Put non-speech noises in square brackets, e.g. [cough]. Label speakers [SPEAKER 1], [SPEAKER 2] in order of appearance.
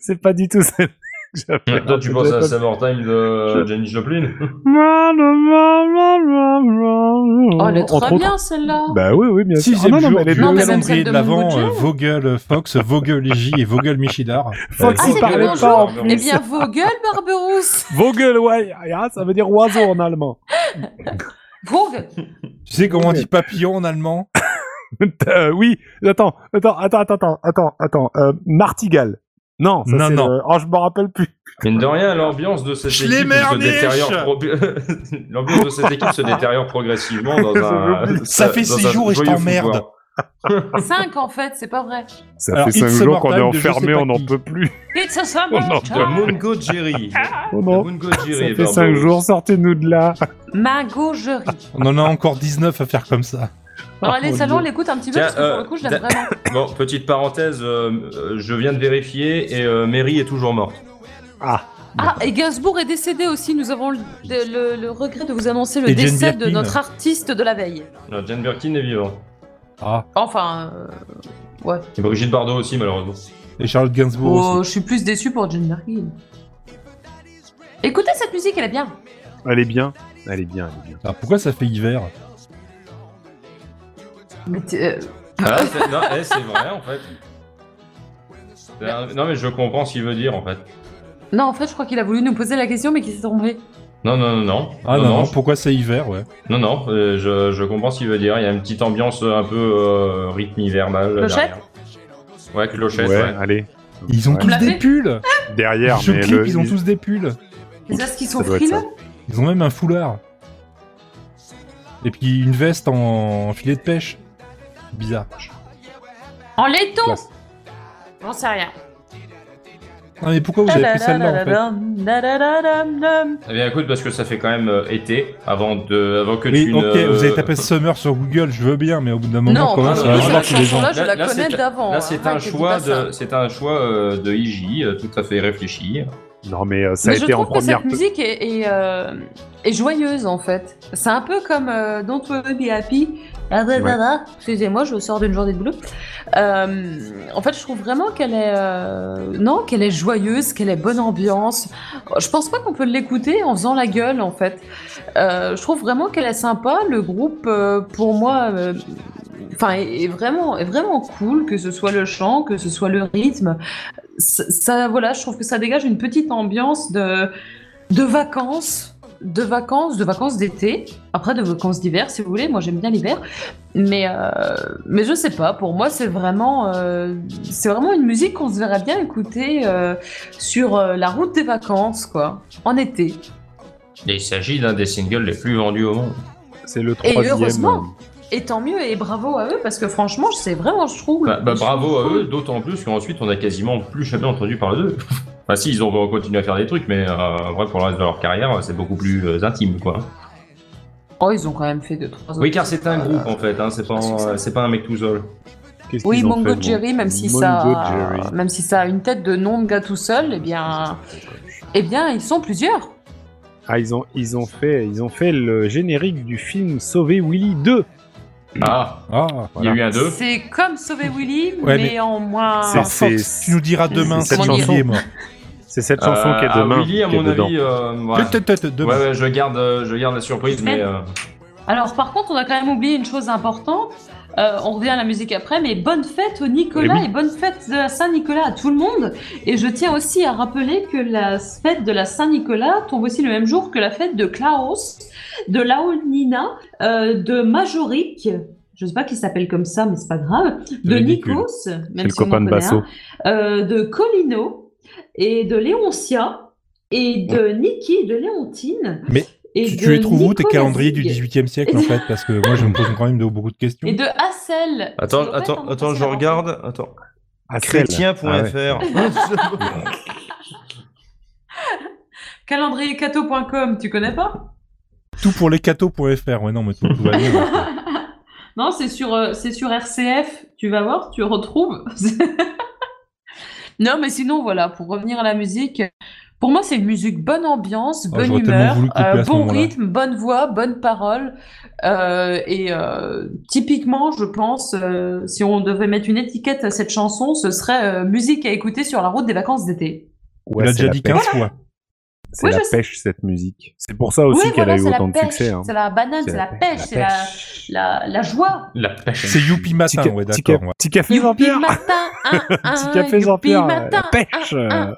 [SPEAKER 1] c'est pas du tout celle que [laughs] j'avais.
[SPEAKER 2] Toi, tu
[SPEAKER 1] Je
[SPEAKER 2] penses
[SPEAKER 1] devais
[SPEAKER 2] à
[SPEAKER 1] pas-
[SPEAKER 2] Summertime de Janis Joplin
[SPEAKER 1] [laughs]
[SPEAKER 3] Oh, elle est
[SPEAKER 1] Entre
[SPEAKER 3] trop
[SPEAKER 1] autres-
[SPEAKER 3] bien celle-là.
[SPEAKER 1] Bah oui, oui, bien sûr. Ah
[SPEAKER 4] Sixième
[SPEAKER 1] non, non,
[SPEAKER 4] jour
[SPEAKER 1] mais elle est
[SPEAKER 4] du
[SPEAKER 3] Non,
[SPEAKER 1] bien.
[SPEAKER 3] mais même celle
[SPEAKER 4] calendrier
[SPEAKER 3] de
[SPEAKER 4] de l'Avent,
[SPEAKER 3] Momojo.
[SPEAKER 4] euh, Vogel Fox, Vogel Iji et Vogel Michidar.
[SPEAKER 1] [laughs] Fox,
[SPEAKER 3] Ah,
[SPEAKER 1] il
[SPEAKER 3] c'est
[SPEAKER 1] parlait
[SPEAKER 3] bien
[SPEAKER 1] pas en
[SPEAKER 2] joué.
[SPEAKER 3] Eh
[SPEAKER 1] plus.
[SPEAKER 3] bien, Vogel, [laughs] Barberousse.
[SPEAKER 1] Vogel, ouais, ah, ça veut dire oiseau en allemand. [laughs]
[SPEAKER 3] Vogel.
[SPEAKER 4] Tu sais comment on dit papillon en allemand
[SPEAKER 1] Euh, oui, attends, attends, attends, attends, attends, attends, attends. Euh, Martigal. Non, ça
[SPEAKER 4] Non,
[SPEAKER 1] c'est
[SPEAKER 4] non.
[SPEAKER 1] le- Oh, je me rappelle plus.
[SPEAKER 2] Mine de rien, l'ambiance de cette équipe se
[SPEAKER 4] Schlemmernisch
[SPEAKER 2] détériore. pro- [laughs] l'ambiance de cette équipe se détériore progressivement
[SPEAKER 4] [laughs]
[SPEAKER 2] dans
[SPEAKER 1] J'oublie.
[SPEAKER 2] un.
[SPEAKER 4] Ça fait
[SPEAKER 2] dans
[SPEAKER 4] six
[SPEAKER 2] un
[SPEAKER 4] jours et je
[SPEAKER 2] joyeux
[SPEAKER 4] t'emmerde.
[SPEAKER 2] foutoir.
[SPEAKER 3] 5 en fait, c'est pas vrai.
[SPEAKER 1] Ça
[SPEAKER 4] Alors,
[SPEAKER 1] fait
[SPEAKER 4] It's
[SPEAKER 1] 5 jours qu'on est
[SPEAKER 4] Summertime de je sais
[SPEAKER 1] enfermé,
[SPEAKER 4] pas
[SPEAKER 1] on n'en
[SPEAKER 4] qui.
[SPEAKER 1] peut plus.
[SPEAKER 3] It's a
[SPEAKER 2] Oh,
[SPEAKER 3] summer
[SPEAKER 2] non, de
[SPEAKER 3] time.
[SPEAKER 2] Mungo Jerry.
[SPEAKER 1] Oh
[SPEAKER 2] De
[SPEAKER 1] non.
[SPEAKER 2] Mungo
[SPEAKER 1] Ça
[SPEAKER 2] Jerry.
[SPEAKER 1] fait 5 jours, sortez-nous de [laughs] là.
[SPEAKER 3] Mago Jerry.
[SPEAKER 4] On en a encore 19 à faire comme ça.
[SPEAKER 3] Alors allez,
[SPEAKER 1] mon
[SPEAKER 3] celle-là on
[SPEAKER 1] Dieu.
[SPEAKER 3] l'écoute un petit peu
[SPEAKER 2] Tiens,
[SPEAKER 3] parce que
[SPEAKER 2] euh,
[SPEAKER 3] pour le coup je l'aime
[SPEAKER 2] da-
[SPEAKER 3] vraiment.
[SPEAKER 2] Bon, petite parenthèse, euh, euh, je viens de vérifier et euh, Mary est toujours morte.
[SPEAKER 1] Ah,
[SPEAKER 3] Ah, et Gainsbourg est décédé aussi. Nous avons le, le- le regret de vous annoncer le
[SPEAKER 4] Et Jane
[SPEAKER 3] décès de
[SPEAKER 4] Birkin.
[SPEAKER 3] notre artiste de la veille.
[SPEAKER 2] Non, Euh, Jane Birkin est vivante.
[SPEAKER 4] Ah,
[SPEAKER 3] Enfin, euh, ouais.
[SPEAKER 2] Et Brigitte Bardot aussi,
[SPEAKER 3] [laughs]
[SPEAKER 2] malheureusement.
[SPEAKER 4] et Charlotte Gainsbourg aussi.
[SPEAKER 3] Oh, je suis plus déçu pour Jane Birkin. Écoutez cette musique, elle est bien.
[SPEAKER 1] elle est bien. Elle est bien, elle est bien.
[SPEAKER 4] Alors Ah, pourquoi ça fait hiver
[SPEAKER 3] Mais t'es- euh,
[SPEAKER 2] Ah, c'est- non, eh, c'est vrai, en fait. C'est un- Non, mais je comprends ce qu'il veut dire, en fait.
[SPEAKER 3] Non, en fait, je crois qu'il a voulu nous poser la question, mais qu'il s'est trompé.
[SPEAKER 2] Non, non, non, non.
[SPEAKER 4] Ah non, non,
[SPEAKER 2] non, je-
[SPEAKER 4] pourquoi c'est hiver, ouais.
[SPEAKER 2] non, non, euh, je, je comprends ce qu'il veut dire. Il y a une petite ambiance un peu euh, rythme hivernal.
[SPEAKER 3] Clochette
[SPEAKER 2] derrière. Ouais, clochette,
[SPEAKER 1] Ouais,
[SPEAKER 2] ouais.
[SPEAKER 1] allez.
[SPEAKER 4] Ils ont
[SPEAKER 1] Ouais.
[SPEAKER 3] Tu l'as
[SPEAKER 4] tous des
[SPEAKER 3] fait
[SPEAKER 4] pulls
[SPEAKER 1] derrière,
[SPEAKER 4] Je
[SPEAKER 1] mais
[SPEAKER 4] clique,
[SPEAKER 1] le-
[SPEAKER 4] ils ont tous des pulls
[SPEAKER 3] Mais est-ce qu'ils sont
[SPEAKER 1] Ça doit être ça.
[SPEAKER 3] frileux
[SPEAKER 4] Ils ont même un foulard. Et puis une veste en filet de pêche. Bizarre.
[SPEAKER 3] En laiton
[SPEAKER 1] Classe.
[SPEAKER 3] J'en sais rien.
[SPEAKER 4] Non mais pourquoi vous
[SPEAKER 3] Ah
[SPEAKER 4] avez pris Oh, celle-là en fait
[SPEAKER 2] Eh bien, écoute, parce que ça fait quand même euh, été avant, de, avant que tu
[SPEAKER 4] Oui, ok,
[SPEAKER 2] ne-
[SPEAKER 4] vous avez tapé Summer sur Google, je veux bien, mais au bout d'un moment,
[SPEAKER 3] Non,
[SPEAKER 4] quand même,
[SPEAKER 2] non,
[SPEAKER 4] ça
[SPEAKER 2] non,
[SPEAKER 4] va
[SPEAKER 2] non,
[SPEAKER 4] falloir
[SPEAKER 2] non,
[SPEAKER 4] que les gens.
[SPEAKER 3] Là, je la connais
[SPEAKER 2] c'est-
[SPEAKER 3] d'avant, hein.
[SPEAKER 2] Là, c'est un,
[SPEAKER 3] Arrête,
[SPEAKER 2] choix
[SPEAKER 3] dis pas ça.
[SPEAKER 2] de, c'est un choix euh, de IJ, euh, tout à fait réfléchi.
[SPEAKER 1] Non, mais euh, ça
[SPEAKER 3] Mais
[SPEAKER 1] a
[SPEAKER 3] je
[SPEAKER 1] été en
[SPEAKER 3] trouve que
[SPEAKER 1] première.
[SPEAKER 3] cette musique est, est, euh, est joyeuse en fait. C'est un peu comme euh, Don't Worry Be Happy. Ah, da, da, da. Excusez-moi, je sors d'une journée de boulot. Euh, en fait, je trouve vraiment qu'elle est, euh, non, qu'elle est joyeuse, qu'elle est bonne ambiance. Je pense pas qu'on peut l'écouter en faisant la gueule en fait. Euh, je trouve vraiment qu'elle est sympa. Le groupe, euh, pour moi, euh, enfin, est, est vraiment, est vraiment cool. Que ce soit le chant, que ce soit le rythme, ça, ça- voilà, je trouve que ça dégage une petite ambiance de, de vacances, de vacances, de vacances d'été. Après, de vacances d'hiver, si vous voulez. Moi, j'aime bien l'hiver, mais euh, mais je sais pas. Pour moi, c'est vraiment, euh, c'est vraiment une musique qu'on se verrait bien écouter euh, sur euh, la route des vacances, quoi, en été.
[SPEAKER 2] Et il s'agit d'un des singles les plus vendus au monde.
[SPEAKER 1] C'est le
[SPEAKER 3] Et
[SPEAKER 1] troisième.
[SPEAKER 3] heureusement.
[SPEAKER 1] euh,
[SPEAKER 3] Et tant mieux, et bravo à eux, parce que franchement, c'est vraiment, je trouve.
[SPEAKER 2] Bah, bah,
[SPEAKER 3] je
[SPEAKER 2] bravo à
[SPEAKER 3] trouve
[SPEAKER 2] eux, d'autant plus qu'ensuite on a quasiment plus jamais entendu parler d'eux. [laughs] Enfin, si, ils ont continué à faire des trucs, mais euh, en vrai, pour le reste de leur carrière, c'est beaucoup plus euh, intime, quoi.
[SPEAKER 3] cool. Oh, ils ont quand même fait deux, trois
[SPEAKER 2] Oui,
[SPEAKER 3] autres
[SPEAKER 2] car c'est un
[SPEAKER 3] trucs,
[SPEAKER 2] groupe
[SPEAKER 3] euh,
[SPEAKER 2] en fait, hein, c'est pas,
[SPEAKER 1] Ah,
[SPEAKER 3] un succès.
[SPEAKER 2] c'est pas un mec tout seul.
[SPEAKER 1] euh, qu'est-ce
[SPEAKER 3] Oui,
[SPEAKER 1] qu'ils ont
[SPEAKER 3] Mongo
[SPEAKER 1] fait,
[SPEAKER 3] Jerry,
[SPEAKER 1] bon
[SPEAKER 3] même si,
[SPEAKER 1] Mongo
[SPEAKER 3] ça,
[SPEAKER 1] Jerry.
[SPEAKER 3] même si ça a une tête de nom de gars tout seul, eh bien, eh bien ils sont plusieurs.
[SPEAKER 1] Ah, ils ont, ils ont fait, ils ont fait le générique du film Sauver Willy 2.
[SPEAKER 2] Ah,
[SPEAKER 4] Ah,
[SPEAKER 2] il y a eu un 2.
[SPEAKER 3] C'est comme Sauver Willy, mais,
[SPEAKER 4] Ouais, mais-
[SPEAKER 3] en moins.
[SPEAKER 1] C'est-
[SPEAKER 4] Par Fox,
[SPEAKER 1] c'est-
[SPEAKER 4] tu nous diras demain
[SPEAKER 1] c'est
[SPEAKER 4] si
[SPEAKER 3] cette
[SPEAKER 4] Willy
[SPEAKER 3] chanson.
[SPEAKER 4] est mort.
[SPEAKER 1] C'est cette chanson qui est demain.
[SPEAKER 2] Willy, Euh, ah à
[SPEAKER 1] qui est
[SPEAKER 2] mon
[SPEAKER 1] dedans.
[SPEAKER 2] avis, euh, ouais.
[SPEAKER 4] Tut, tut, tut, demain.
[SPEAKER 2] Ouais, ouais, je garde, euh, je garde la surprise, mais euh,
[SPEAKER 3] Alors, par contre, on a quand même oublié une chose importante. Euh, on revient à la musique après, mais bonne fête au Nicolas
[SPEAKER 1] Eh
[SPEAKER 3] et, bonne fête de la Saint-Nicolas à tout le monde. Et je tiens aussi à rappeler que la fête de la Saint-Nicolas tombe aussi le même jour que la fête de Klaus, de Laonina, euh, de Majoric. Je sais pas qui s'appelle comme ça, mais c'est pas grave. De
[SPEAKER 4] Ridicule.
[SPEAKER 3] Nikos,
[SPEAKER 1] C'est
[SPEAKER 3] même
[SPEAKER 1] le
[SPEAKER 3] si on en
[SPEAKER 1] copain de
[SPEAKER 3] connaît un.
[SPEAKER 1] Basso.
[SPEAKER 3] Euh, de Colino et de Léoncia et de Niki, de Léontine.
[SPEAKER 4] Mais
[SPEAKER 3] et
[SPEAKER 4] Tu,
[SPEAKER 3] de
[SPEAKER 4] tu les trouves où tes
[SPEAKER 3] Nicolas
[SPEAKER 4] calendriers du
[SPEAKER 3] Zig,
[SPEAKER 4] 18 e siècle en fait Parce que moi je me pose quand même de- beaucoup de questions.
[SPEAKER 3] Et de Hassel.
[SPEAKER 2] attends,
[SPEAKER 3] Je répète,
[SPEAKER 2] attends,
[SPEAKER 3] hein,
[SPEAKER 2] attends,
[SPEAKER 3] Hassel,
[SPEAKER 2] je
[SPEAKER 3] avant.
[SPEAKER 2] regarde. Attends.
[SPEAKER 1] Ah, celle.
[SPEAKER 2] Chrétien.fr.
[SPEAKER 1] Ah ouais. [laughs]
[SPEAKER 2] [laughs]
[SPEAKER 3] Calendriercato.com, tu connais pas
[SPEAKER 4] Tout pour les cathos.fr, ouais non mais tout, tout va bien.
[SPEAKER 3] Non, c'est sur, euh, c'est sur RCF. Tu vas voir, tu [laughs] retrouves. non, mais sinon, voilà, pour revenir à la musique, Pour moi, c'est une musique bonne ambiance,
[SPEAKER 4] Oh,
[SPEAKER 3] bonne
[SPEAKER 4] j'aurais tellement
[SPEAKER 3] humeur,
[SPEAKER 4] voulu que t'étais
[SPEAKER 3] euh,
[SPEAKER 4] à ce
[SPEAKER 3] bon
[SPEAKER 4] moment-là.
[SPEAKER 3] rythme, bonne voix, bonne parole. Euh, et euh, typiquement, je pense, euh, si on devait mettre une étiquette à cette chanson, ce serait euh, musique à écouter sur la route des vacances d'été.
[SPEAKER 4] Tu
[SPEAKER 1] Ouais,
[SPEAKER 4] l'as
[SPEAKER 1] c'est
[SPEAKER 4] déjà
[SPEAKER 1] la
[SPEAKER 4] dit
[SPEAKER 1] pêche.
[SPEAKER 4] 15 fois.
[SPEAKER 1] C'est
[SPEAKER 3] Oui,
[SPEAKER 1] la
[SPEAKER 3] je sais.
[SPEAKER 1] pêche, cette musique. C'est pour ça aussi
[SPEAKER 3] oui,
[SPEAKER 1] qu'elle
[SPEAKER 3] voilà,
[SPEAKER 1] a eu
[SPEAKER 3] c'est la
[SPEAKER 1] autant de
[SPEAKER 3] pêche,
[SPEAKER 1] succès. hein.
[SPEAKER 3] C'est la banane,
[SPEAKER 1] C'est
[SPEAKER 3] c'est
[SPEAKER 1] la
[SPEAKER 3] la pêche, c'est la, la, la joie.
[SPEAKER 2] La pêche.
[SPEAKER 4] C'est Youpi
[SPEAKER 1] Petit
[SPEAKER 4] Matin,
[SPEAKER 1] ca-
[SPEAKER 4] ouais,
[SPEAKER 1] petit
[SPEAKER 4] d'accord.
[SPEAKER 1] ca-
[SPEAKER 4] ouais.
[SPEAKER 1] Petit café [laughs]
[SPEAKER 3] Youpi
[SPEAKER 1] Jean-Pierre
[SPEAKER 3] matin, un, un,
[SPEAKER 1] Petit café
[SPEAKER 3] youpi
[SPEAKER 1] Jean-Pierre, euh,
[SPEAKER 3] matin, hein, Ah,
[SPEAKER 1] la pêche
[SPEAKER 3] un, un.
[SPEAKER 1] euh,